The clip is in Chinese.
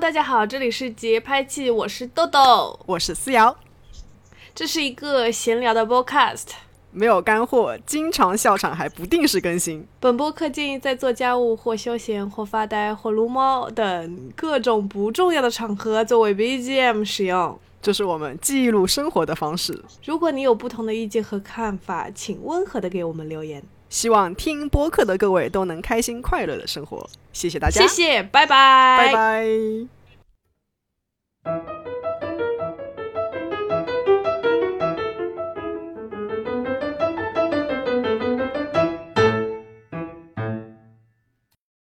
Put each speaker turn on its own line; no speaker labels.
大家好，这里是节拍器，我是豆豆，
我是思瑶，
这是一个闲聊的 podcast。
没有干货，经常笑场，还不定时更新。
本播客建议在做家务或休闲或发呆或撸猫等各种不重要的场合作为 BGM 使用。
这是我们记录生活的方式。
如果你有不同的意见和看法，请温和的给我们留言。
希望听播客的各位都能开心快乐的生活。谢谢大家，
谢谢，拜
拜
拜。
拜。